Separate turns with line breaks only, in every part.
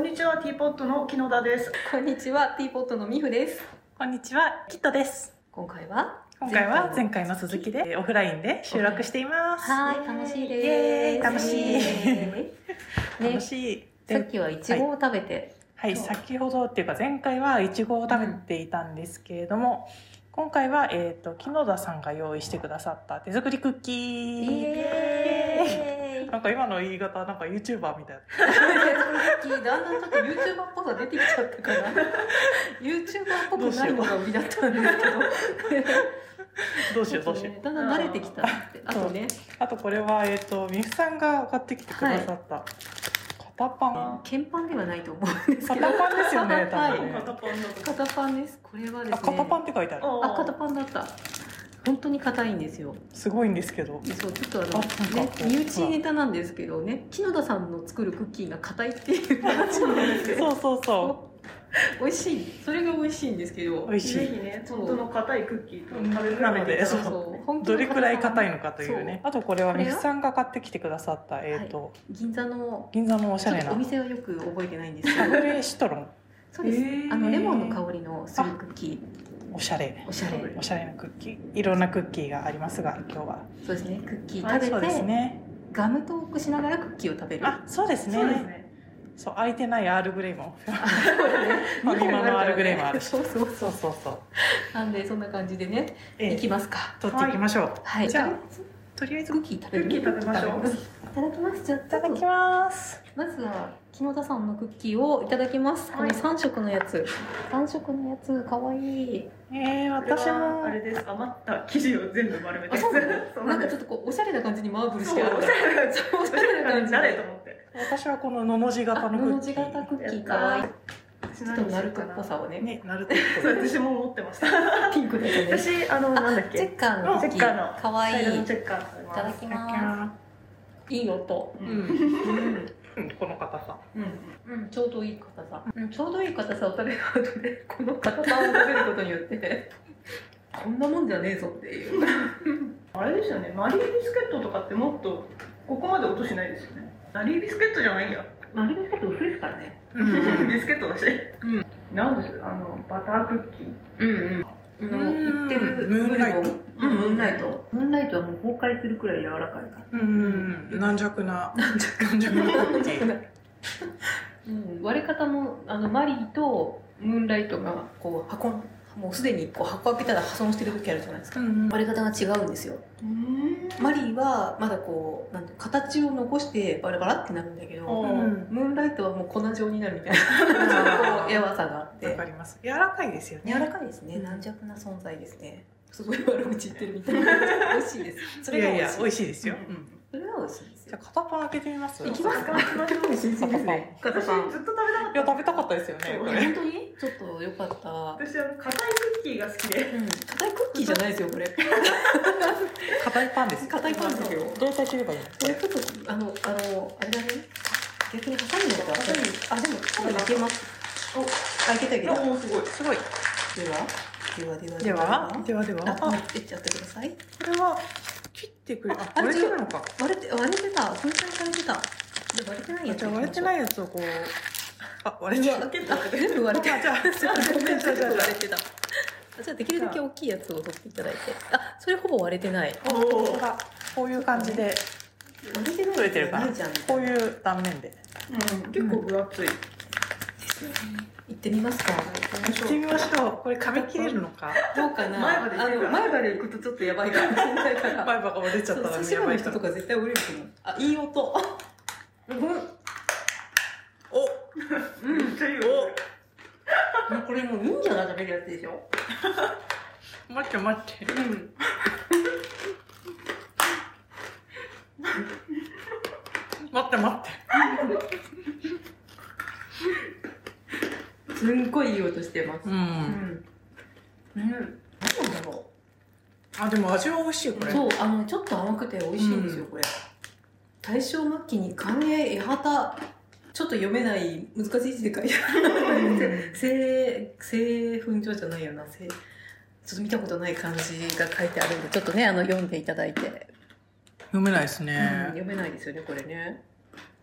んにちは、ティーポットの木野田です。
こんにちは、ティーポットのみふです。
こんにちは、キットです。
今回は
今回は前回の続きでえーオフラインで収録しています。
はい、楽しいです。
イエーイ楽しい
イエーイね
楽、しい。
さ
で
っ、きはいちごを食べて、
はい、
そう
先ほどっていうか前回はいちごを食べていたんですけれども、今回はえっ、と木野田さんが用意してくださった手作りクッキー。
イエーイ
なんか今の言い方なんか YouTuber みたいな。
さっきだんだんちょっと YouTuber っぽさ出てきちゃったから YouTuber っぽくないのが売りだったんですけど
どうしようどうしよう。
だんだん慣れてきたってあとね
あとこれはえっ、とみゆきさんが買ってきてくださった、片パン。
鍵盤ではないと思うんですけ
片
ど
パンですよね
片パン
多分ね。
片パンですこれはです
あ
ね
片パンって書いてある。
あ片パンだった本当に硬いんですよ
すごいんですけど。
そうちょっとあ
あ
の
なんか
ね
こう
身内ネタなんですけどね木野田さんの作るクッキーが硬いっていう話なんで
そうそうそう。
美味しいそれが美味しいんですけど
美味し
ぜ
い。
ひね、本当の硬いクッキーと食べ比
なの
べて
で
いた
そ
だ
う
こう
そう本気
ど
の
れくらい硬いのかというね。あとこれは
これ
み
は
つさんが買ってきてくださった、えっ、と、
銀座の
銀座のおし
ち
ゃ
ょっ
れ
と
な
お。店はよく覚えてないんですけ
カフ
ど
ェシトロン。
そうです、
へー
あのレモンの香りのするクッキ
おしゃれ。
ーおしゃれ
おしゃれなクッキー。いろんなクッキーがありますが、今日は。
そうですねクッキ
あ
ー
そう
食べ
で
て、
すね。
ガムトークしながらクッキーを食べる
あ、そうですね。
そうですね。
そう、空いてないアールグレイ も。フ
ま
ァミマのアールグレイもあるし。
そうそう
そうそうそう。
なんでそんな感じでね
え
いき
ー、
ますか
取っていきましょう。
はい
じゃあ
とりえず
とりあえず、
クッキー食
ク
べ
ッ
る
キー食べましょう。
いただきますじゃあい
いただきます。
まずは木野田さんのクッキーをいただきます。こ
はい
の三色のやつ。三色のやつ可愛い
えー、
これは
私も
あ。れです。余った生地を全部丸めて。
あそうなの
そう
な
なんん
か
で
ちょ
す。
っとこうおしゃれな感じにマーブルし
そう
てある。
おしゃれな
そうおしゃ
おしゃれな
れな
感
感
じ
じ
だねと
で。
思って。
私はこののの字
あ、
型のク
の
ッ
字
キー。
型クッキー可愛い。ちょっとナルトっぽさをね、
ね、なると。
そう私も持ってました。
ピンクのやつね。
私あのなんだっ
チェ
け？
ッカーのクッキ
チェッカー
ー。
の
可
サイド
愛い。
の
い
チェッカー食べ
ただ
ます。
きます。いい音。
う
うんん。
うん、この硬さ。
うん。
うん、ちょうどいい硬さ。うん、ちょうどいい硬さを食べることで、この硬さを食べることによって、こんなもんじゃねえぞっていう。
あれですよね。マリービスケットとかってもっとここまで音しないですよね。マリービスケットじゃないや。
マリネート薄いですからね。
う
ビスケットだし。
ん
なんですあのバタークッキー。
うんうん。
の
うん、
売ってるムーンライト
うん、ムーンライト。ムーンライトはもう崩壊するくらい柔らかいから。
うんうん、軟弱な軟弱なクッキー
うん、割れ方も、あの、マリーとムーンライトが、こう、箱の、もうすでにこう箱開けたら破損してる時あるじゃないですか。
うん
割れ方が違うんですよ。
うん。
マリーはまだこう、なんて形を残してバラバラってなるんだけど、
お
うん
ムーンライトはもう粉状になるみたいな、 ちょっとこう、柔らさがあって
わか。ります柔らかいですよね
柔らかいですね。軟弱な存在ですね。すごい悪口言ってるみたいな。 美味しいです。そ
い
れが
やい
美味
や
しい。
美味しいですよ
うんうんそれは美味しいです
じゃ
よ
あ。片パン開けてみます
いきますか。
いですね
片
私ずっ
パン。
と食べたかっ
い
た。
や食べたかったですよねこれ
本当にちょっと良かった。
私あの硬いクッキーが好きで。
うん。硬いクッキーじゃないですよこれ。
硬いパンです
硬いパンですよ。
どうやって開ければいい
これちょっとあのあのあれだね。逆に挟んでみたら。あでも今度開けます。お開けたけど。では
おおすごい。
すごい
ではでは
ではではでは
あ、持
あ
ってっちゃってください。
これは切ってくれあ
あ
割れてるのか
割れて割れてた。粉砕されてた。で割れてないやつ。
じゃあ割れてない
い。
やつをこうあ割れてる
あ全部割れて
あじゃあ
ちょっとごめんちょっと割れてた。あじゃあできるだけ大きいやつを取っていただいて。あ、それほぼ割れてない。
お
こ
お
こ。がこういう感じで
割れてる
取れてるかな
じゃん。
こういう断面で
うん結構分厚い。
行ってみますか。
行ってみましょうこれ噛み切れるのか
どうかな。
前歯で行
あ
く
の前歯で行くとちょっとやばいかもしれないから。
バイバイが折れち
そ
ゃっ
う
たら
刺し
や
歯
ば
の
い人
人とか絶対折れると思う。あ、いい音。
お
うん。
めっちゃいいよ。
もうこれもう忍者が食べるやつでしょ。
待って待って
うん。
待って待って
すんごいいい音してます。
う
うんん。うん。なんだろ。
あでも味は美味しいうこれ
そう、あのちょっと甘くて美味しいんですよ、
う
これ。大正末期に寛永絵旗ちょっと読めない難しい字で書いてある。製製粉状じゃないよな製ちょっと見たことない漢字が書いてあるんでちょっとねあの読んでいただいて、
読めないです
うん
ね
読めないですよねこれね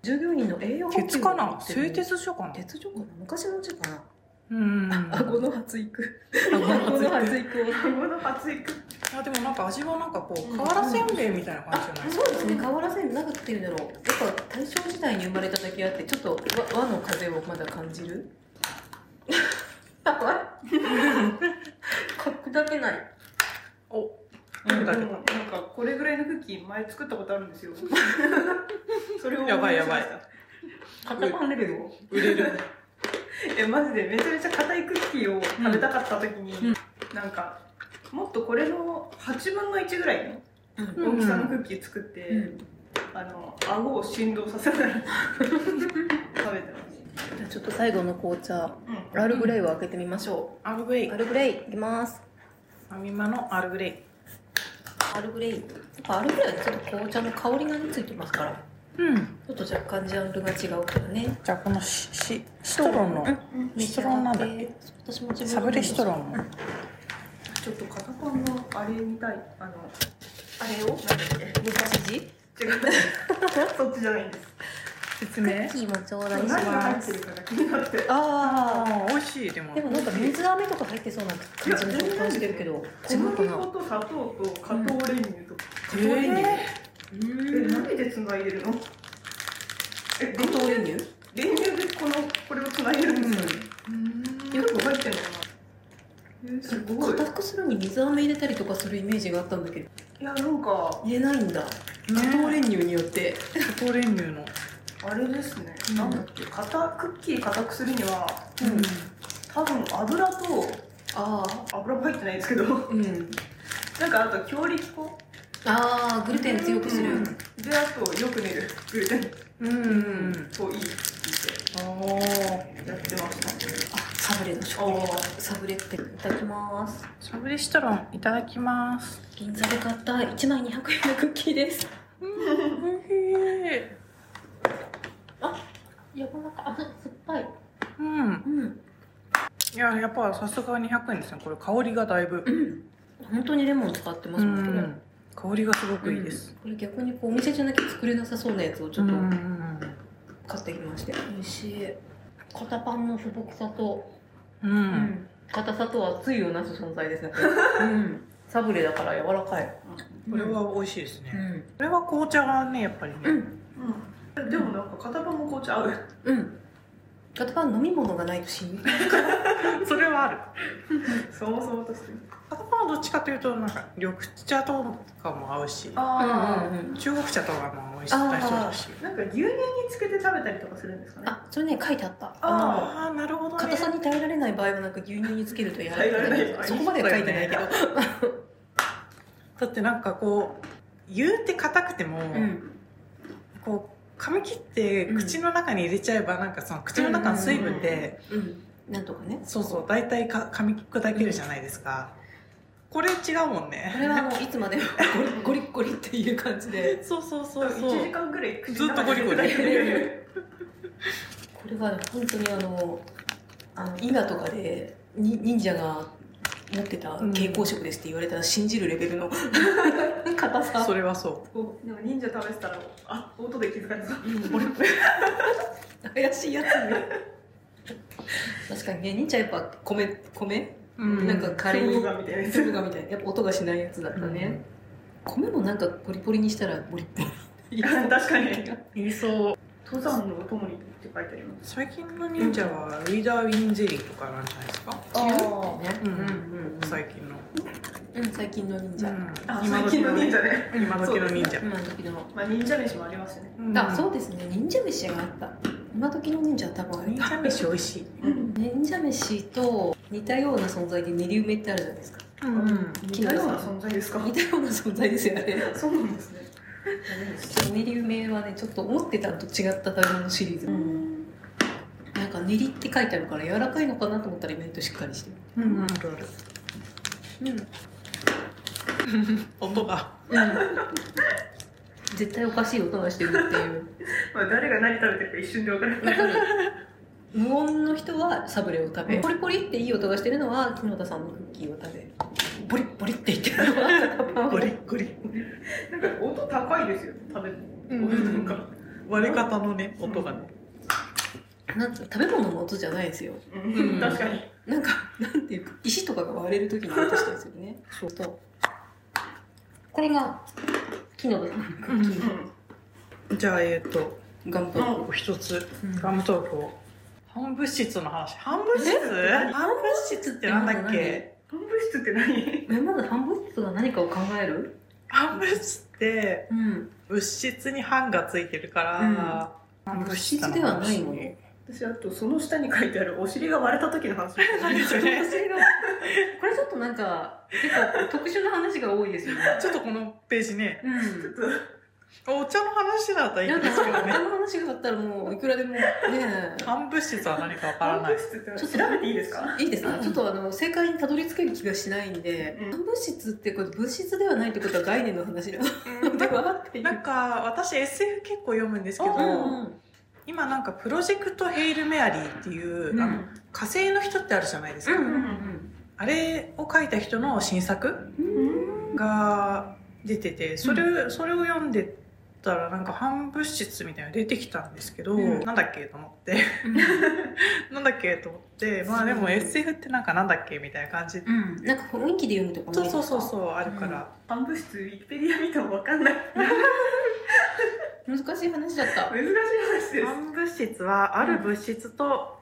従業員の栄養補給
鉄かな
っていう
製鉄所かな
鉄所かな昔のうちかな、
うん
あ顎の発育
顎
顎
の
の
発育
発育を
孫の発育
あでもなんか味はなんかこ
う
うん瓦せんべいみたいな感じじゃないですか
そうですね変わらせんなんかっていうんだろうやっぱ大正時代に生まれただけあってちょっと和和の風をまだ感じ るあわ か砕けない
お
うん
だけ
なんかこれぐらいのクッキー前作ったことあるんです よそれを思出しました
やばいやばい
型番レベルを
売れる
えマジでめちゃめちゃ硬いクッキーを食べたかった時に、
うん
なんかもっとこれの8分の1ぐらいの
うん
大きさのクッキー作って、
うん
あの顎を振動させな がら食べてます
じゃあちょっと最後の紅茶
うん
アールグレイを開けてみましょ
アルグレイ
うアールグレイいきます
ファミマのアルグレイ
アールグレイ
やっぱあるぐらいちょっと紅茶の香りがねついてますから
うん
ちょっと若干ジャンルが違うからね
じゃあこのシシシトロンのシトロンなんだっけ
私も自分
サブレシトロンの
ちょっと片パンのあれみたいあの
あれを昔時
違うそっちじゃないんです
説
クッキーもちょうだい
何
し
が入
ま
って
す
るかが気になって
あ
ああ美味しいでも
ーでもなんか水飴とか入ってそうな感じの食感してるけど
小
違うか
麦
な
粉と砂糖と加糖練乳と、
えー
え何でつないでるのえ
冷凍練乳
練乳でこのこれをつないでるんですよね、よく入ってるのかなえーすごい
固くするに水飴入れたりとかするイメージがあったんだけど
いやなんか
入れないんだ
ね
加糖練乳によって
加糖練乳の
あれですね、
うん
なんだっけ固クッキー固くするには
うん
多分油と
ああ
油も入ってないですけど
うん
なんかあと強力粉
ああグルテン強くする、
うんであとよく寝るグルテン
うんうんうん
といいって
おー
やってました
あサブレの商
お
品
ー
サブレって
いただきます
しゃぶりシトロンいただきます。
銀座で買った1枚200円のクッキーです
うん、美味しい。
柔らかあ酸っぱい
うん、
うん
いや、やっぱさすが200円ですね。これ香りがだいぶ。
本当にレモン使ってま
う
すもんこれ、
ん、香りがすごくいいです。
これ逆にこうお店じゃなきゃ作れなさそうなやつをち
ちょ
ょ
っ
っ
と、
と
うん、
買ってきまして、
美味しい片パンの素朴さと
う、
うんん、硬さとは熱いような存在ですね、うん、サブレだから柔らかい、
これは美味しいです
う
ね。
ん
これは紅茶がね、やっぱりね。
う
う
ん
んでもなんか片パンも紅茶合う
うん片パン飲み物がないと死ぬ
それはある。
そもそもとして
片方はどっちかというと、なんか緑茶とかも合うし。
あ
うん
中国茶とかも美味しかったりそうだし。
あなんか牛乳につけて食べたりとかするんですかね
あそれね書いてあったあ
ああ、なる
の
ほどね
硬。さに耐えられない場合はなんか牛乳につけると柔らか
耐えられない場合
いそこまでは書いてないけど、
だって、なんかこう、言うて硬くても。
うん
こう噛み切って
うん
口の中に入れちゃえば、なんかその口の中の水分で、
うんうん
うん、なんとかね
そうそう大体か噛み砕けるじゃないですか、これ違うもん
こ
ね
れはもういつまでもゴリッゴリッゴリっていう感じで
そうそうそうそう
1時間ぐらい
ずっとゴリゴリ
口の中に入れてる
これは本当にあのあの伊賀とかでに忍者が持ってた蛍光色ですって言われたら信じるレベル の硬さ
それはそ
こうでも忍者食べてたらあ音で気づかれた
怪しいやつね確かにね忍者やっぱ米米、
う、
なんかカレー
フ
に
ーガみたいなやつ
するがみたいなやっぱ音がしないやつだったね、米もなんかポリポリにしたらポリポ リ
確かに
言いそう
登山のお供にって書いてあります
最近の忍者はウィダーウィンゼリーとかなんじゃないですか、
あ
うん
うんうんうん
最近の、
うん最近の忍者、
あ
今
最
時
近の
の
忍
忍
者
者
ね
今時の忍者、
今時の
まあ忍者飯もありますね
うん
あそうですね忍者飯があった今時の忍者は多分あれ
忍者飯美味しい、
うん
忍者飯と似たような存在で練り梅ってあるじゃないですか
うん
似たような存在ですか
似たような存在ですよあれ
そうなんですね
練り梅はねちょっと思ってたのと違った食べ物シリーズ、なんか練りって書いてあるから柔らかいのかなと思ったら意外としっかりしてる
うん、あるある。うん。音が。
絶対おかしい音がしてるっていう
まあ誰が何食べてるか一瞬で分からない
わかる無音の人はサブレを食べ、
うん
ポリポリっていい音がしてるのは木野田さんのクッキーを食べボリッボリって言って る のは
ゴリッゴリ。
なんか音高いですよね食べる
う
音とか
割れ方のね音がね
なんつうの食べ物の音じゃないですよ
うん確かに
なんかなんていうか石とかが割れる時に音したんですよね そうと
これが木の部分
じゃあえっ、と
ガンプラ
一つガムトークを半物質の話半物質
え
半物質ってなんだっけ
半物質って何
えまず半物質が何かを考える
半物質って
うん
物質に半がついてるから、
うん
半
物質ではないもの
私あとその下に書いてあるお尻が割れた時の話
なんでしょう ね
私がこれちょっとなんか結構特殊な話が多いですよね
ちょっとこのページね
うん
お茶の話だったらいい
なんん
で
か
す
そ
け
の
どね
話があったらもういくらでもね
半物質は何かわから
半
ない
物質って
ちょっと
調べていいですか
いいですかちょっとあの正解にたどり着ける気がしないんで、
うん
物質ってこと物質ではないってことは概念の話なのではっていう
なんか私 SF 結構読むんですけど、
うんうん
今なんかプロジェクトヘイル・メアリーってい
う
う、
ん
あの火星の人ってあるじゃないですか、
うん
あれを書いた人の新作が出ててそれ,、それを読んでたらなんか半物質みたいなの出てきたんですけど、
うん
なんだっけと思って なんだっけと思ってまあでも SF ってなんかなんだっけみたいな感じ、
うんうんなんか雰囲気で読むとか
そうそうそう
う
そうあるから、
半物質ウィキペディア見ても分かん ない
難しい話だった
珍しい話です
半物質はある物質と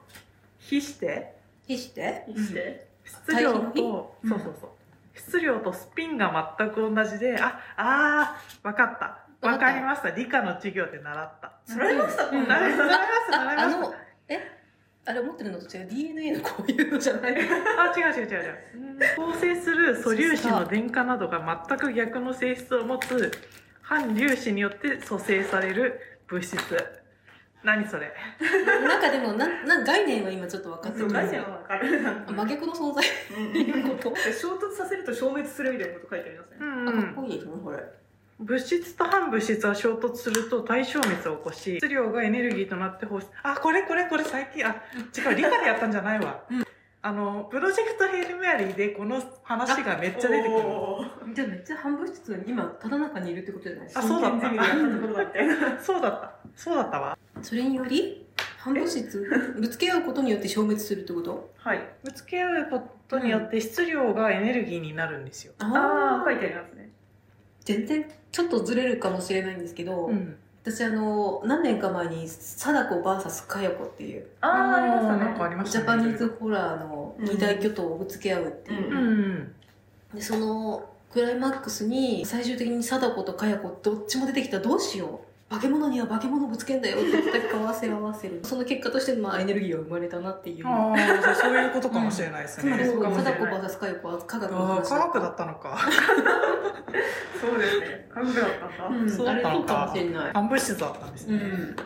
比して
決して
いいして
質量と、
うん
そうそうそう質量とスピンが全く同じでああーわかったわ
わかった
かりました理科の授業で習った
それましたこ
うんん
習
ない
ま
の
した習いま
あ
した
のえあれ持ってるのと違う DNA のこういうのじゃない
あ違う違う違う違う構成する素粒子の電荷などが全く逆の性質を持つ反粒子によって組成される物質何それ
なんかでもなんなん概念は今ちょっと分かって
そ
き
う
ま
大
す
事
よ
なの分かる
あ真逆の存在
うん
っていうこと
衝突させると消滅するみたいなこと書いてありますね
う。ん
あ
う
かっ
ん
こいいですねこれ
物質と反物質は衝突すると対消滅を起こし質量がエネルギーとなって放出あこれこれこれ最近あ違う理科でやったんじゃない わ、あのプロジェクトヘイルメアリーでこの話がめっちゃ出てくる
おー
じゃあめっちゃ半分質今ただ中にいるってことじゃないです
あ
か
そうだった
真剣ゼミでやったところだみたいな。
そうだったそうだったわ
それにより半分質ぶつけ合うことによって消滅するってこと
はい。
ぶつけ合うことによって質量がエネルギーになるんですよ、
ああ
ー
書いてありますね。
全然ちょっとずれるかもしれないんですけど、
うん
私あの何年か前に貞子 VS 佳代子っていう
ああありましたね。
なんかありまし
ジ
た
ャパニーズホラーの
うん
二大巨頭をぶつけ合うっていう、
うん
うん。
でそのクライマックスに最終的に貞子と佳代子どっちも出てきたどうしよう化け物には化け物ぶつけんだよって叩き交わせ合わせるその結果としてまあエネルギーが生まれたなっていう
ああ、そういうことかもしれないです
つまり
ね。
そうかもしれない
貞子 VS 佳代子は科学の
ああ、
話
科
だ
学だったの か。
そうですね。科学だった
うん
だ。
ん
そう
あれ
な
そ
の
う
か
かもしれない
半物質だったんです
う
ね。
ん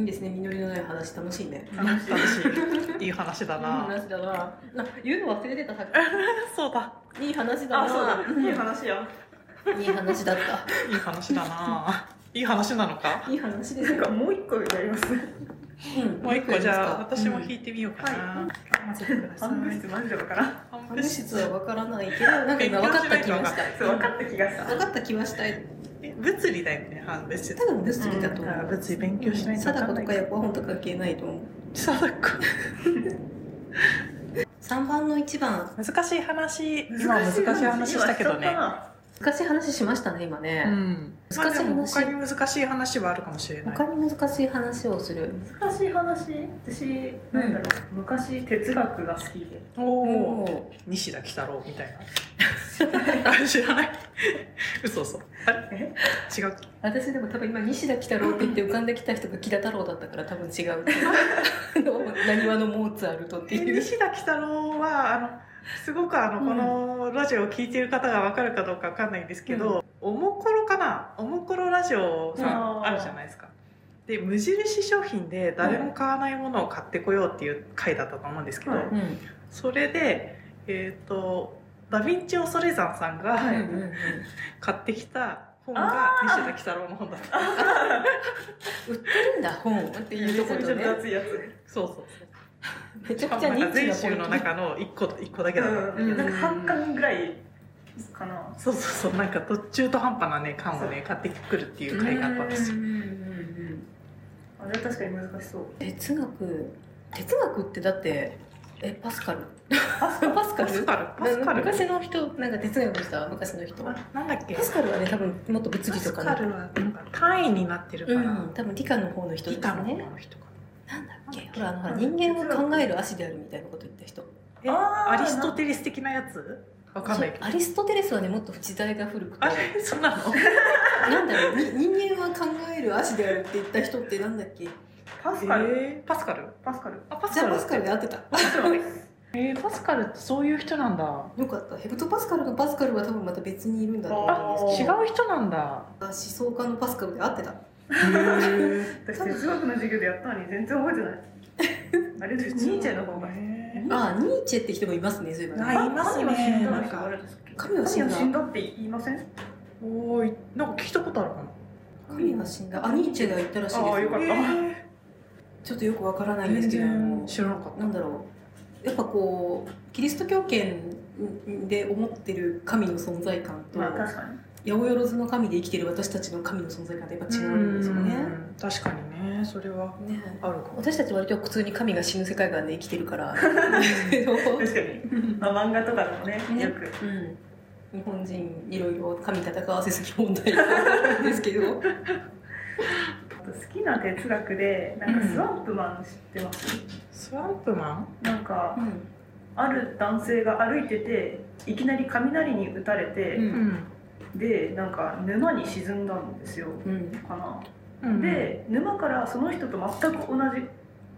いいですね実りのない話楽しいね
楽しい。いい話だ
いい
な。
話だなな言うの忘れてたさっ
そうだ。
きいい話だ
あ
な
そうだ。いい話や。
いい話だった。
いい話だ な。いい話なのか。
いい話で
な
す
ん
よ
か。もう一個やります。
うん
もう一個じゃあ、私も
い
弾いてみようかな。混ぜてください
半分質マジだから。
半
物質は分からないけど、なんか今分かった気がした。
そう分かった気がした。
分かった気はしたい。
え物理だよね、半分質。
多分物理だと
あ
思
ー
う。
物理勉強しないと分
貞
かん
子
な
と
い
か。やっぱ本当関係ないと思う。
貞子。
三番の一番、
難しい話。今は難しい話したけどね。
難しい話しましたね今
う
ね。
ん。まあ
難しい話
でも他に難しい話はあるかもしれない
他。に難しい話をする。
難しい話。私なんだろう。昔哲学が好きで。
おお
お。
西田喜太郎みたいな。あ知らない。嘘嘘。あれ違う。
私でも多分今西田喜太郎って言って浮かんできた人が喜田太郎だったから多分違う。あの何話のモーツァルトっていう。
西田喜太郎はあのすごくあの、
うん
このラジオを聞いている方がわかるかどうかわかんないんですけど、おもころかなおもころラジオさん、
うん
あるじゃないですか。で無印商品で誰も買わないものを買ってこようっていう回だったと思うんですけど、
うん
うん
それでえっ、とダヴィンチ恐山さんが、
うんうんうん。
買ってきた本が西田喜太郎の本だった。
売ってるんだ本って
め
い
ち
う
ゃ
とこ
めちゃ
ろね。
分厚いやつ。
そうそう
めち
そう。
ゃく
多
ちゃ
分
ニ
なん
ッチ
か全
な
集の中の一個一個だけだった。
うん。なんか半巻ぐらいかな。
そうそうそうなんか途中途半端なね缶をね買ってくるっていう回があったんですよ。
うんうんうんうん
あれは確かに難しそう
哲学哲学ってだってえパスカルパスカ
パスカルパスカル
昔の人なんか哲学した昔の人パ
あなんだっけ
スカルはね多分もっと物
パ
理と
ス
か
カ
の
ルはなんか単位になってるか
う
ら、
ん多分理科の方の人です
ギターの
ね
方の人か
なんだっけほらあのほら人間は考える足であるみたいなこと言った人
え
あー
アリストテレス的なやつわかんないけ
そう
ど
アリストテレスはねもっと時代が古くて
あれ そうなの
なんだろうに人間は考える足であるって言った人ってなんだっけ
パスカル、
えーパスカル
パスカル
あパス
じゃ
カ
あ
ル
パスカルで合ってた
えーパスカルってそういう人なんだ
よかったヘプトパスカルとパスカルは多分また別にいるんだと思うん
あ
で
違
すけど
う人なんだ
思想家のパスカルで合ってた
私哲学の授業でやったのに全然覚 えてないあれですニーチェの方が
ね
ああニーチェって人もいますねそういえば
あ
ね
いますね
神は死んだの
なんか
あれですっけ
神は死ん
神
だ
は死んだって言いません
おーいなんか聞いたことあるかな
神は死んだあニーチェが言ったらしいで
ああ
す
よかっ
よ
た
え
ちょっとよくわからないん
ー
で
全
すけどあ
然
の
知らなかった
なんだろうやっぱこうキリスト教圏で思ってる神の存在感と、
まあ確かに
八百万の神で生きてる私たちの神の存在感ってやっぱ違うんですよね
うん確かにねそれは
ね
あるかも
私たち割と普通に神が死ぬ世界観で生きてる から
確かに、まあ、漫画とかでもね
ね
よく
うん日本人いろいろ神戦わせすぎ問題ですけど
好きな哲学でなんかスワンプマン知ってます、
スワンプマン
なんか
うん
ある男性が歩いてていきなり雷に打たれて、
うん
でなんか沼に沈んだんですよ
うん
かな、
うん
で沼からその人と全く同じ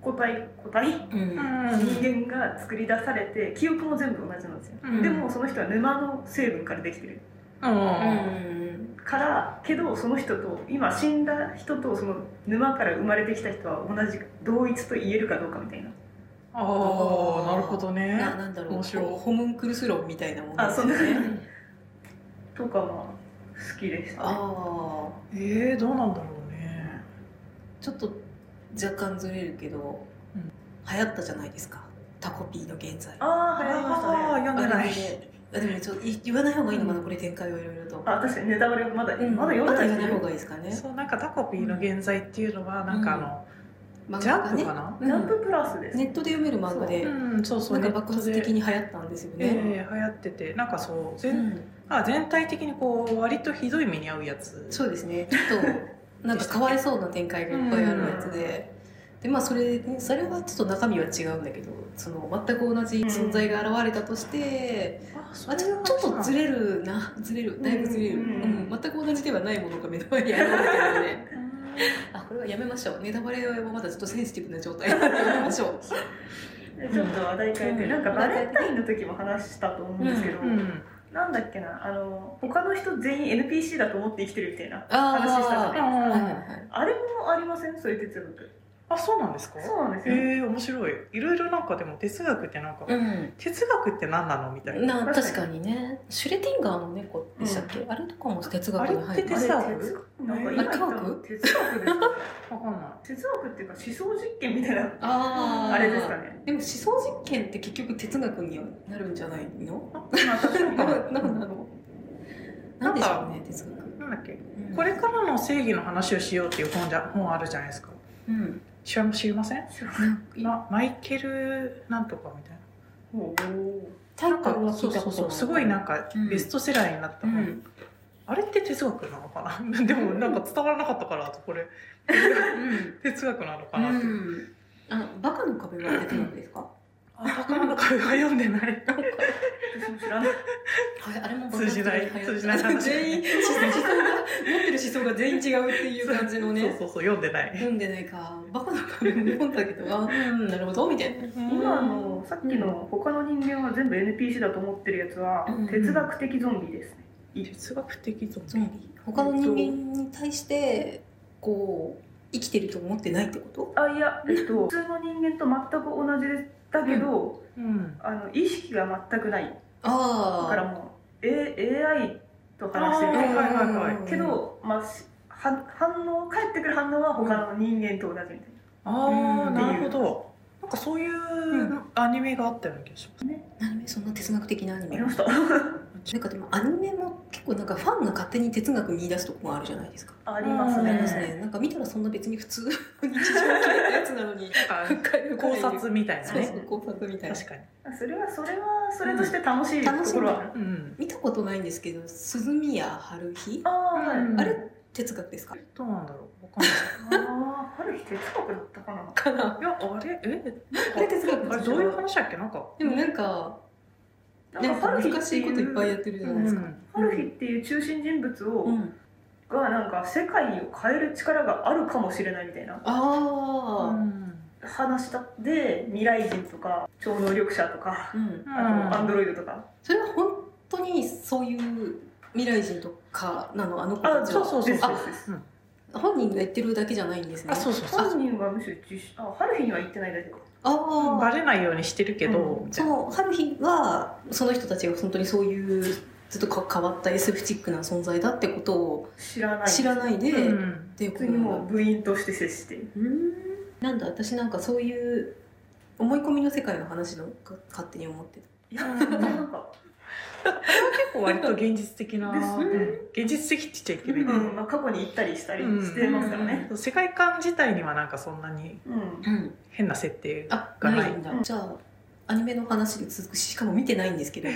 個体個体
うん
う
人間が作り出されて記憶も全部同じなんですよ、
ん
でもその人は沼の成分からできてる
うん
うん
からけどその人と今死んだ人とその沼から生まれてきた人は同じ同一と言えるかどうかみたいな
ああなるほどね
ななんだろう
面白い
ホホムンクルス論みたいなもの
あそんな
ね
とかも好きでした、ね、
あ
えー、どうなんだろうね
ーちょっと若干ずれるけど、
うん
流行ったじゃないですかタコピーの現在
ああ流行りました
あ
ね
あ読んで
あ
な
れ
い
であでもねちょっとい言わない方がいいのかな、これ展開をいろいろと
あ確かにネタバレまだ、
うん
まだ読んで
ま
な
だ
い
言わない方
よ
がいいですかね
そうなんかタコピーの現在っていうのはなんかあの、
漫
ジャ
画
ンプ
が
か
ね
な、
ジャンププラスです、
ネットで読める漫画で、
うんそうそう
なんか爆発的
に
に流行ったんですよね、
ええ流行っててなんかそう全,、
うん
あ全体的にこう割とひどい目に遭うやつ
そうですねちょっとなんかかわいそうな展開がいっぱいあるやつで、でまあそれそれはちょっと中身は違うんだけどその全く同じ存在が現れたとして、
あ
あちょちょっとずれるなずれるだいぶずれる、う
うんん
全く同じではないものが目の前に現れてるので
うん
あこれはやめましょうネタバレはまだちょっとセンシティブな状態なんでやめましょ う
でちょっと話題変えて、
うん
なんかバレンタインの時も話したと思うんですけど、
うん
なんだっけなあの他の人全員 NPC だと思って生きてるみたいな
あ
話したじゃない
ーはいはいは
あれもありませんそういう哲学
あそうなんですか
そうなんです
え
よ、
え面白いいろいろなんかでも哲学ってなんか、
いうん
哲学って何なのみたいな
な確かにねシュレティンガーの猫でしたっけ、あれとかも哲学に
あ
入
れ
る
って
あれ
哲学
なんか今言ったの哲学ですか
わかんない
哲学っていうか思想実験みたいな
あー
あれですかね
でも思想実験って結局哲学にはなるんじゃないの
まあ確かに
ななんだろうなんでしょうね哲学、
なんだっけ
うん
これからの正義の話をしようっていう本じゃ本あるじゃないですか
うん
知ら知りません
な
まマイケルなんとかみたいな
おー
タイ
なん
ト
か
ルは聞
そ
いうた
そ
こ
う
と
そう
が
すごいなんか
うん
ベストセラーになった
う
本、
ん、
あれって哲学なのかな でもなんか伝わらなかったからこ
う
れ
ん
哲学なのか
う
なって、
ん、あバカの壁は哲学ですか
あ宝の壁は読んでない
私も知らない
はい、あれも
通じない通じない話
全員思想が持ってる思想が全員違うっていう感じのね
そうそうそう読んでない
読んでないかバカな壁も読んだけどあうんなるほどみたいな
今のさっきの他の人間は全部 NPC だと思ってるやつは
うん
哲学的ゾンビですね
哲学的ゾ
ゾンビ他の人間に対してこう生きてると思ってないってこと
あいやえっと普通の人間と全く同じですだけど
うん
あの意識が全くないだから
あ
もう、A、AI と話してる
あーはいはいはい
けど、まあ、しは反応返ってくる反応は他の人間と同じみたい
ああ
うん
なるほどなんかそういうアニメがあったような気がします
アニメそんな哲学的なアニ
な、
メ
ありました
なんかでもアニメも結構なんかファンが勝手に哲学見出すとこもあるじゃないですか。
あります
うん
あ
ね
りますね。なんか見たらそんな別に普通の日常系のやつなのに、
なんか考察みたいな
そう
ね
そう考察みたいな。
確かに、
それはそれはそれとして楽しいと
楽し
こ
み
ろ
だ
は、
な
うん、
見たことないんですけど、鈴宮春日
ああー、
うん
あ
あれ哲学ですか
どうなんだろうわかんない
あーある日哲学だったかな
かない
やあれえ
あれ哲学
あ
で
れ
す
ど
よ
ういう話だっけなんか
でもなんか、
な
なん
か
んか
春日
難しいこといっぱいやってるじゃないですか。
ある日っていう中心人物を、
うん。
がなんか世界を変える力があるかもしれないみたいな
あ
話だで未来人とか超能力者とか
あ。うん。
あとアンドロイドとか、
それは本当にそういう未来人とかなのあの子たちは
あそうそうそう
です
あ
ですです
本人が言ってるだけじゃないんですね
あそうそうそう
本人はむしろ自主あ春日には言ってないだけか
あ
バ
あ
レないようにしてるけど、
う
み
そ
たいな
の春日はその人たちが本当にそういうちょっとか変わった SF チックな存在だってことを
知らない
知らないで、
う
っ
ん
ていう
普
こ
通
と
に
なんだ
もう部員として接している
うーんなんだ私なんかそういう思い込みの世界の話のか勝手に思ってた
いやなんか、
結構割と現実的な、
です
うん現実的って言っちゃいけな
う
いけど、
んまあ、過去に行ったりしたりしてますからね、
世界観自体にはなんかそんなに
うん
うん
変な設定
あ
がない
ないんだ、じゃあアニメの話で続くししかも見てないんです けど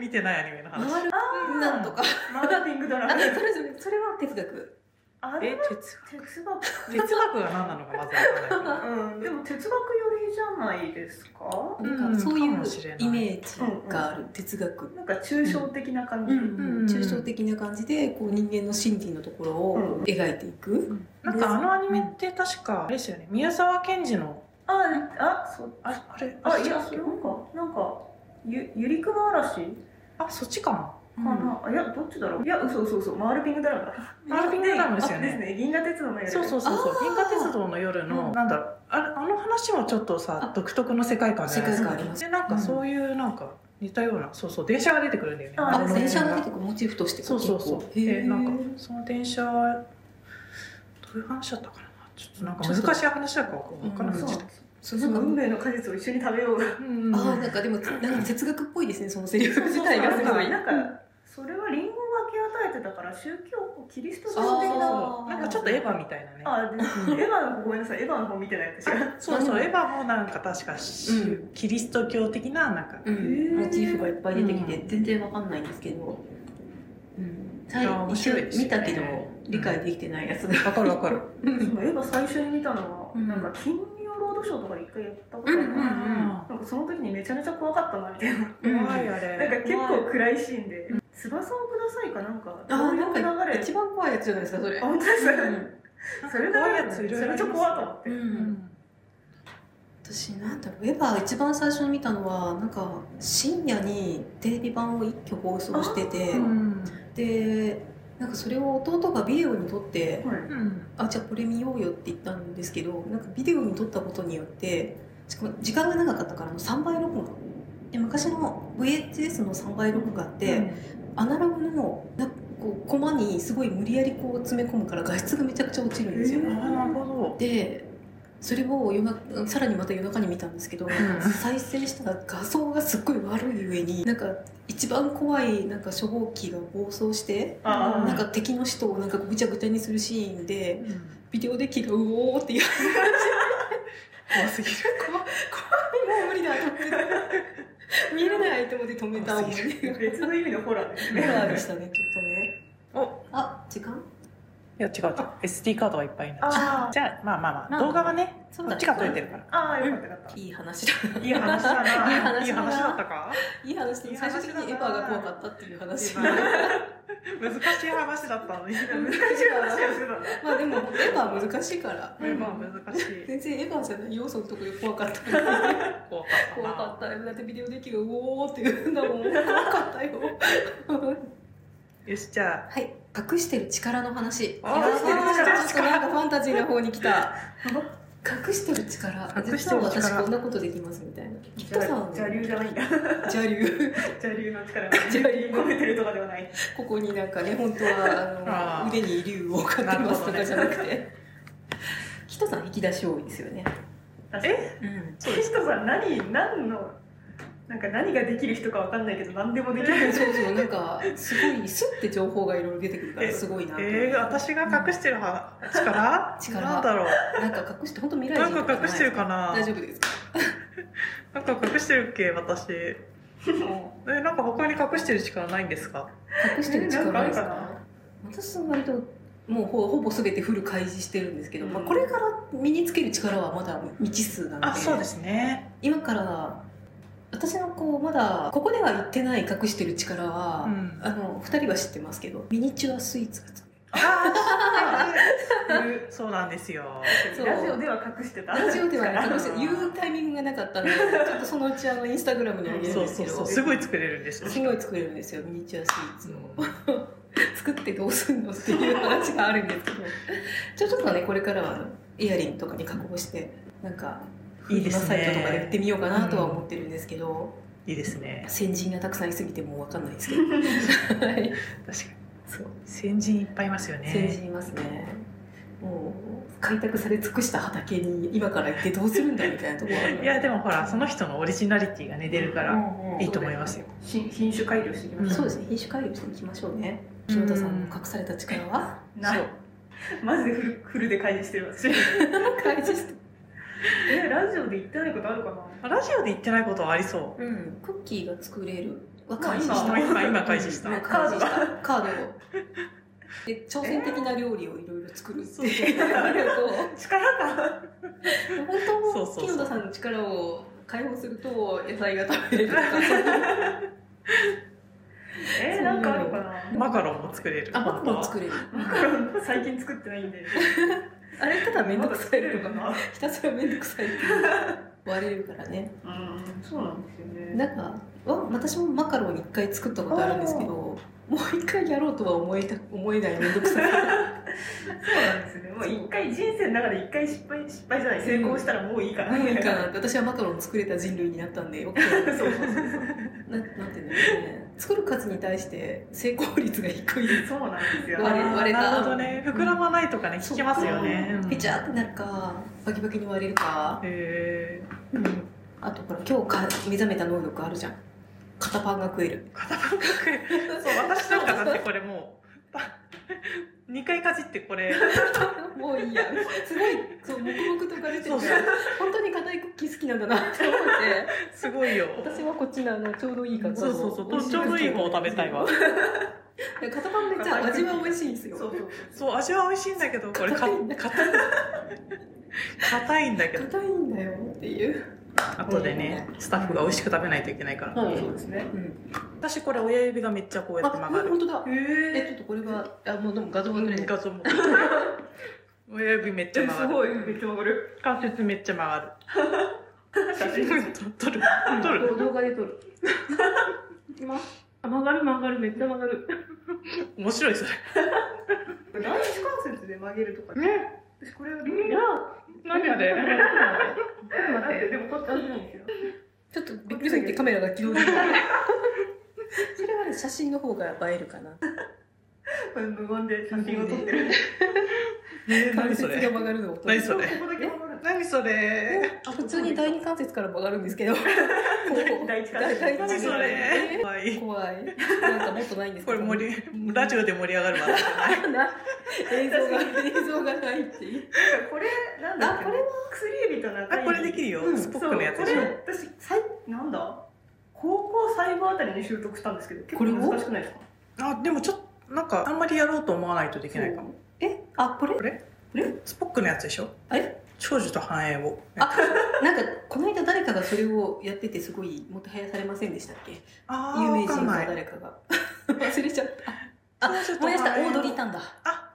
見てないアニメの話
回るなんとか
マーケティングドラ
あ
マ
それそれそれは哲学
あれ
え
は
哲
哲学
哲学が何なのかまず分からない
うん、でも哲学寄りじゃないですか。
な
うんん
かそういう
かもしれない
イメージがある哲学、
なんか抽象的な感じ。
うん
うん
抽象的な感じでこう人間の心理のところ
うん
を描いていく、
けどなんかあのアニメって確かあれですよね宮沢賢治の
あ、あ、そう。
ああれ
あ、い
違
や、
うっ
そ
け
れなんか、なんか、ゆ、ゆりくま嵐か
あそっちかな
うん
な、あいや、どっちだろう。いや、そうそうそう、マールピングドラマだ。
マールピングドラマですよ
あです
ね
ね、銀河鉄道の夜。
そうそうそうそう
あー
銀河鉄道の夜の、なんだろうあれあの話もちょっとさ
あ
独特の世界観じゃないです
世界
か
観あります
でなんかそういうなんか似たような、そうそう電車が出てくるんだよね
あ
あ
の
電車
が
の結構モチーフとして
そうそうそう
結構へ
で
え
なんかその電車はどういう話だったかなちょっとなんか難しい話だから分からなくなっちゃった
そう
そ
な
うん
か
運命の果実を一緒に食べようが。
うん
あーなんかでもなんか哲学っぽいですねそのセリフ自体
な
が
ん
す
か
ごい
なんか、それはリンゴを分け与えてたから、宗教、キリスト
そ
教
うそう
的
そう
な。
なんかちょっとエヴァみたいなね
あ、でエヴァの、ごめんなさい、エヴァの方見てない私は。
そうそうエヴァもなんか確かし、
う
キリスト教的ななんか
うん、モチーフがいっぱい出てきて、
うん
全然わかんないんですけど、うん、最
いや面
一応
白いですよね
見たけど理解できてないやつだ、
わかるわかる
そのエヴァ最初に見たのは、
うん
なんか金曜ロードショーとかで一回やったことあるな、
うんうん
なんかその時にめちゃめちゃ怖かったなみたいななんか
うん
怖いあれ
結構暗いシーンで「翼をください」かなんか
あ
ど
ーなん
ういう
か
流れ
一番怖いやつじゃないですかそれ
あ本当です
う
か
ん
それ
怖
だ
いやついろいろあ
めちゃ
ります
めちゃ怖いと思って、
う、
うんん
私なんだろうエヴァ一番最初に見たのはなんか深夜にテレビ版を一挙放送してて、
うん
でなんかそれを弟がビデオに撮って、
はい
うん
あじゃあこれ見ようよって言ったんですけどなんかビデオに撮ったことによってしかも時間が長かったからあの3倍録画で昔の VHS の3倍録画って、アナログのなんかこうコマにすごい無理やりこう詰め込むから画質がめちゃくちゃ落ちるんですよ、
へ
あーなるほど
でそれを夜中さらにまた夜中に見たんですけど、再生したら画像がすっごい悪い上になんか一番怖いなんか初号機が暴走して
ああ
なんか敵の人をなんかぐちゃぐちゃにするシーンで
うん
ビデオデッキがうおーって言われ
怖すぎる
てもう無理だと思って見えれないと思って止めた思い出が
別の意味のホラーです
ホ
ね
ラーでしたねちょっとね
お
あ時間
いや違う違う SD カードがいっぱいになっちゃ
あ
うじゃあまあまあま
ま
あ
あ
動画はね
そ
こっちが撮れてるから
ああーよかったよかっ
いい話だ
たいい話だ
あ
な
や
ー
い
いい
い話だな
話だったか
いい話だ
いい話だ
最
な
終的にエヴァが怖かったっていう話
エヴ難しい話だったのに
難しい話をしてたんだ
まあでもエヴァは難しいから
エヴァ難しい
全然エヴァじゃない要素のところが怖かった
怖かった
怖
な
かったよだってビデオデッキがうおーって言うんだもん怖かったよ
よしじゃ
はい隠してる力の話
あ
ー隠してる力
ちょっとなんかファンタジーの方に来た隠してる力
隠して
実
る力
は私こんなことできますみたいなきっとさ
邪流じゃないんだ
邪流
邪流の力
邪流
込めてるとかではない
ここになんかね本当はあの
あー
腕に竜をかけますとかじゃなくて
なるほど
きっとさん引き出し多いですよね
え
うん
キシトさん何何のなんか何ができる人かわかんないけど何でもでき
そう
る
そうなんかすごいスッて情報がいろいろ出てくるからすごいなと思って
えー、私が隠してるは力
力
なんだろう
なんか隠して本当未来
な
人
んか隠してるかな
大丈夫ですか
なんか隠してるっけ私えなんか他に隠してる力ないんですか
隠してる
な
力
んかあ
ない
る
です
か
か
な
私は割ともうほほぼ全てフル開示してるんですけど、まあ、これから身につける力はまだ未知数なので
あそうですね
今から私のこうまだここでは言ってない隠してる力は、
うん
あの2人は知ってますけどミニチュアスイーツが作
あーそうなんですよ
そう
ラジオでは隠してた
ラジオではね
から
隠して言うタイミングがなかった のでちょっとそのうちあのインスタグラムにあげるん
そう
です
そ
け
う
ど
そうすごい作れるんです
すごい作れるんですよミニチュアスイーツを作ってどうすんのっていう話があるんですけどじゃあ ちょっとねこれからはあのイヤリングとかに加工してなんか
いいですね
フリマサイトとかで売ってみようかなとは思ってるんですけど、
いいですね
先人がたくさんいすぎてもう分かんないですけどはい
確かに
そう
先人いっぱいいますよね
先人いますねもう開拓され尽くした畑に今から行ってどうするんだみたいなところある
いやでもほらその人のオリジナリティがね出るからいいと思いますよ
品品種改良していきまし
そ
ょ
う
う
ですね品種改良していきましょうね清田さんの隠された力は
ないマジでフルフルで開示してる私
開示して
えラジオで言ってないことあるかな
ラジオで言ってないことはあ りそう
うん、クッキーが作れるは開示し
あ
た。
もう今今開始した
もう開示した。カード を。で、挑戦的な料理をいろいろ作るっていうのを
力か
本当
そう
も
そうそう
清田さんの力を解放すると野菜が食べれるとか。
えなんかあるかな
マカロンも作れる
あ、マカロン作れる。
マカロン最近作ってないんで
あれただめんどくさいのかな。
な
ひたすらめんどくさいっていう。割れるからね。
うんそうなんですよね
なんか、わ私もマカロン一回作ったことあるんですけど、もう一回やろうとは思えた思えないめんどくさ
そ
さ。
うなんですね。もう一回人生の中で一回失敗失敗じゃない成功したらもういいかな。
もういいかなって私はマカロン作れた人類になったん で OK
そうそうそう
ななんていうんだろうね作る数に対して成功率が低い
そう。そうなんですよ。
割れ
あー
割れた
なるほどね膨らまないとかね聞きますよね
ペチャーってなるかバキバキに割れるか、
え
あとほら今日か目覚めた能力あるじゃん片パンが食える
ー、片パンが食えるそう私なんかだってこれもう2 回かじってこれ
もういいやすごいそう黙々とかれてて
そうそう
本当に硬いクッキー好きなんだなって思って
すごいよ
私はこっちのあのちょうどいい感じ
そう
の
そうそう
美味し
ちょうどいい方を食べたいわ
いや片パンめっちゃ味は美味しいんです
そ
よ
うそう。
そう味は美味しいんだけどこれか
硬いんだ
硬い硬いんだけど
硬いんだよっていう、
後でねスタッフが美味しく食べないといけないから
そうですね。
うん、
私これ親指がめっちゃこうや
あ
って曲がる
本当だえ
え
ちょっとこれはあもうでも画像が撮れない
画像も親指めっちゃ
えす
曲が
ご
る
いめっちゃ曲がる。
関節めっちゃ曲が
確かに。
る取る取る
動画で撮 る。いきます。あ、曲がる曲がる、めっちゃ曲がる。
面白いそれ
第一関節で曲げるとか。ね。私これはどう
いや、
何あ
だ
れ
ってでもこっちはないんですよ。
ちょっとびっくりすぎてカメラが起動できないそれはね写真の方が映えるかな
これ 無言で写真を撮ってる。
えー
関
何
節
そ
が
れ
曲がるのを撮る
何それ
ここだけ曲がる。
何それ
あ普通に第二関節から曲がるんです けどこう
第一関節。
第一関
何
節
それ怖い
怖いなんかもっとないんです
こ
け
れ
ど
盛りラジオで盛り上がるわ
な映像が映像がないっていう
なん かこれなんだっけ
あこれ
薬指と中
あ
指。
これできるよ
うん
スポックのやつ
そう
でし
こ
ょ
れ私最なんだ高校最後あたりに習得したんですけど結構
これを
難しくないですか
あでもちょっとなんかあんまりやろうと思わないとできないかも
えあこれ
スポックのやつでしょ
あれ
長寿と繁栄を
あなんかこの間誰かがそれをやっててすごいもてはやされませんでしたっけ
あ
有名
わか
人
ん
の
ない
誰かが 忘れちゃったあ
長寿と
思い出したオ
繁栄を
ードリータンだ
あ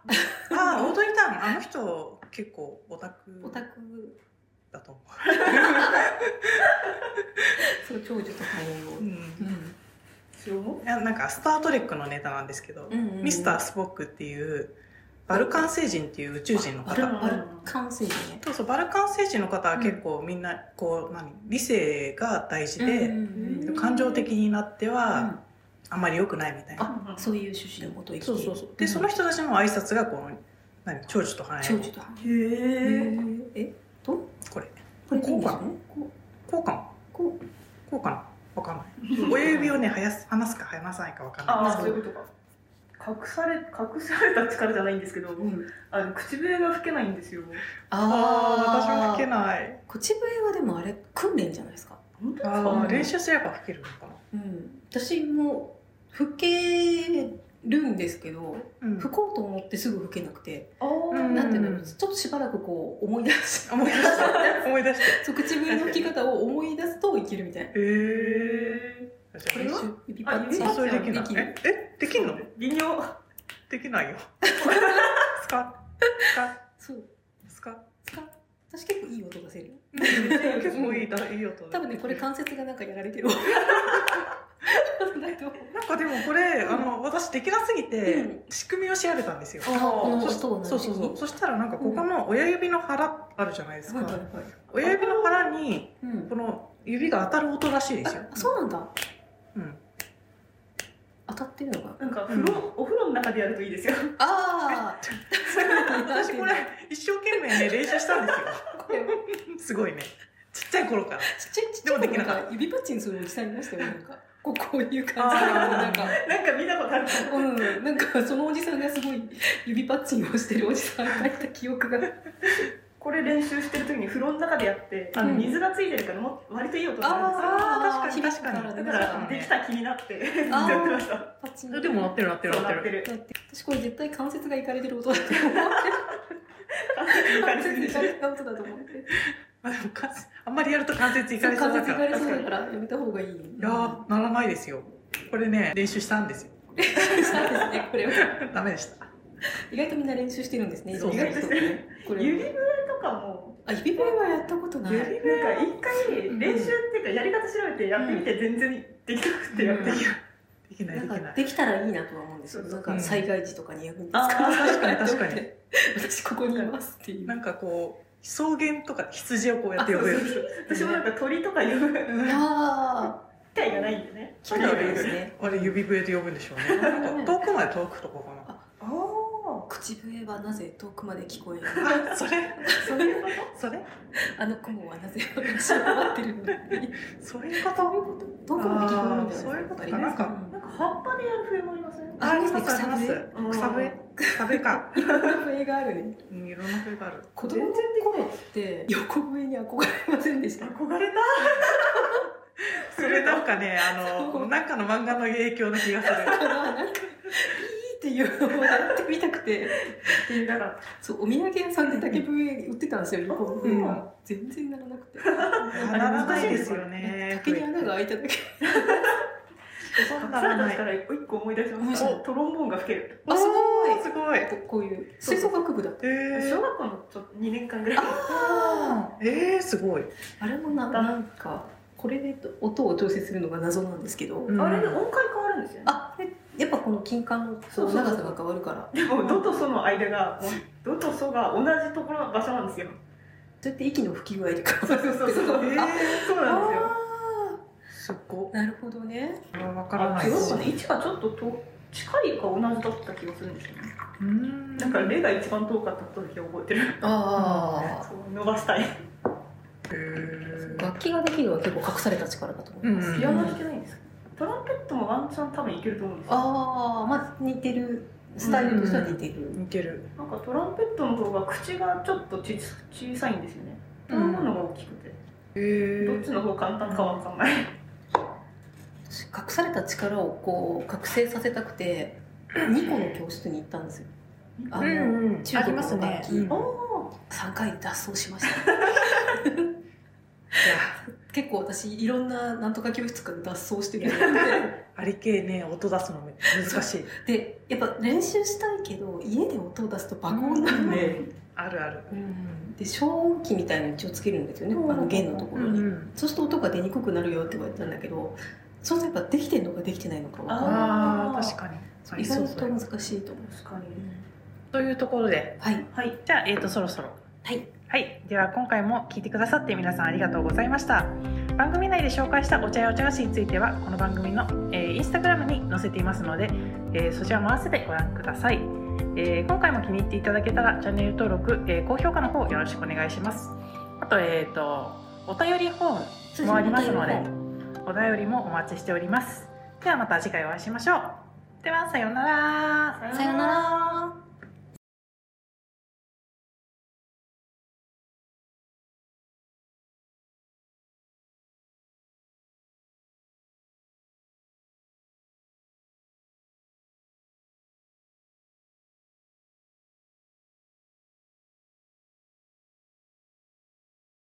あオードリータンあの人結構オタク
オタク
だと思
そう長女とか
う、
を
うん
塩も
いやなんか「スター・トレック」のネタなんですけど、
うん
ミスター・スポックっていうバルカン星人っていう宇宙人の
バル
方
バルカン星人ね
そうそうバルカン星人の方は結構みんなこう何理性が大事
う
で、
ん
うん
感情的になってはあんまり良くないみたいな、
あそういう趣旨のもと生きて
そ
いうる
そうそうで、その人たちの挨拶がこの何長寿と繁栄
長
を
女と話
へえ
えと
これ
これでいいんですよね
こうかな
こ
こうかなわかん指をね、はやす、話すか話さないかわかんない
あ
ん
あ
です
そういうことか隠され隠された力じゃないんですけど、
うん、
あの口笛が吹けないんですよ
ああ、私も吹け
い
ない。
口笛はでもあれ訓練じゃないですか
本当ですか
あ
う
あ、
ん
練習すれば吹けるのか
うん私も吹けるんですけど
な。うん。
吹こうと思ってすぐ吹けなくて、
あー
うん
なんていうのちょっとしばらくこう思い出し
思い出した。思い出して。
そう口笛の吹き方を思い出すといけるみたいな
ええ
え
ー。
これは
指パッチン
あ
それでき
で
ない
き。る
え、え、できんの
ー、微妙
できないよ。スカスカ
そう
スカ
私結構いい音がせる
結構いいだ、いい音だ。
多分ねこれ関節がなんかやられ てるだと思う
なんかでもこれ、あの、私できなすぎ
う
て
ん、
仕組みを調べたんですよ。
あ
この
そ
音を
しそうそうそう。そしたらなんかここの親指の腹あるじゃないです
はいはい
か。
はい
親指の腹に、
うん
この指が当たる音らしいですよ。
あそうなんだ
うん。
当たってるのか
なんか風呂、お風呂の中でやるといいですよ
ああ
私これ、一生懸命ね、練習したんですよ。
これ
すごいね。ちっちゃい頃から。
ちっちゃいちっち
でも
ゃ
で
い
き
子
な
な
かった
んか指パッチンするおじさんいましたよなん かこうこういう感じで
あー
なんか
なんか見たことある
うんなんかそのおじさんがすごい指パッチンをしてるおじさんがいた記憶が
これ練習してる時に風呂の中でやってあの
うん
水がついてるからも割といい音がする
あー
ー
確かに確かに
だ
響
か
く
ら
ら
できた気になって や
あー
ってました
パッチン
でも鳴ってる鳴ってる
そう
鳴
な
っ
ってて
る。
る
だって私これ絶対関節がいかれてる音だと思って
完全 に光りすぎて
関節いかれた音だと思って
まあでも関節あんまりやると関節いか
関
れ
節
そうだ
いから
か。い
れそうだからやめた方がいいい
やー、ならないですよ。これね、練習したんですよ。
そうですねこれは
ダメでした。
意外とみんな練習してるんですね。
そう
意外とねこれ
指 笛とかも
あ指笛はやったことない。
なんか一回練習っていうかやり方調べてやってみて全然できなくてやって
うん
き
でき
な
な
い
で
ん
きな
か
い。
できたらいいなとは思うんですよ。
そうそ
な
うん
か災害時とかに役に立つ
あ
か
ー
ら。
確かに確かに。
私ここにいますっていう。
なんかこう、草原とか羊をこうやって呼ぶ
そう
よ
そうそう私もなんか鳥とか呼ぶ機
ああ
会がないんでね
機会がですね。
あれ指笛で呼ぶんでしょうね。なんか遠くまで遠くとこか
ああ
口笛はなぜ遠くまで聞こえる
な。あ、それ、
そういうこと
それ、
あの雲はなぜ私を待ってるのに
そういうこと。
遠くまで聞こえるんだよ
あーそういうことか
やっぱりね
な
なんか葉っぱでやる笛もありません
ありますね
あります
笛うん
草笛。草笛か。
うんいろんな笛があるね
うんいろんな笛がある。
子供の頃って横笛に憧れませんでした
憧 れた
それなんかね、あの、なんかの漫画の影響の気がする。
からなんかいいっていうのをやってみたくて
っていうだから
そうお土産屋さんで竹笛売ってたんですよ日本で、
うん
全然ならなくて
ならないですよね。
竹に穴が開いただけ
そん
隠
な
さ
ら
れ
な
た
い。
から一個思い出しました
うん
トロンボーンが吹ける
あすごい
おーすごい。
ここういう吹奏楽部だ
えー
小学校のちょっと2年間ぐらい
あ
えー、すごい。
あれもななんかこれで音を調整するのが謎なんですけど、
うん
あれで音階変わるんですよね
あでやっぱこの金管の
そう
長
そうそう
さが変わるから
でもドとソの間がもうドとソが同じところ場所なんですよ
そうやって息の吹き具合とか
そうそうそうそう
あ
えー、
そうなんですよ
あ
すご
ーなるほどね
い。わか
あ
らない
違
で
う
す
か。ね位置がちょっとと近いか同じだった気がするんですよね
うーん
だからレが一番遠かった時は覚えてる
ああ
そう伸ばしたい
えー
楽器ができるのは結構隠された力だと思います、
うん
ピアノ弾けないんですかトランペットもワンチャン多分いけると思うんですよ
ああまあ似てるスタイルとしては似てる、
似てる。
なんかトランペットの方が口がちょっとち小さいんですよねトランボーンの方が大きくて、
え
どっちの方が簡単かわかんない、
隠された力をこう覚醒させたくて2個の教室に行ったんですよあ
あ
の、
うんうん
中国の楽器、
ありますね
お
3回脱走しま した結構私いろんななんとか教室から脱走してるので
ありけえね、音出すの難しい。
でやっぱ練習したいけど家で音を出すと爆音なんで、
ねあるある。
で消音器みたいなのに気をつけるんですよね、
うん
あの弦のところに、
ん。
そうすると音が出にくくなるよって言われたんだけどそうするとやっぱできてるのかできてないのか分かんない
ああ、
あー
確かに。はい
意
そ
外
うそ
と
う
難しいと思う。
確かに
というところで、
はい、
はい
じゃあ、えーと、そろそろ。
はい、
はい、では今回も聞いてくださって皆さんありがとうございました番組内で紹介したお茶やお茶菓子についてはこの番組の、えーインスタグラムに載せていますので、えーそちらも合わせてご覧ください、えー今回も気に入っていただけたらチャンネル登録、えー高評価の方よろしくお願いしますあとえっ、とお便りフォームもありますのでお便りもお待ちしております
ではまた次回お会いしましょう。では、さようなら。
さようなら。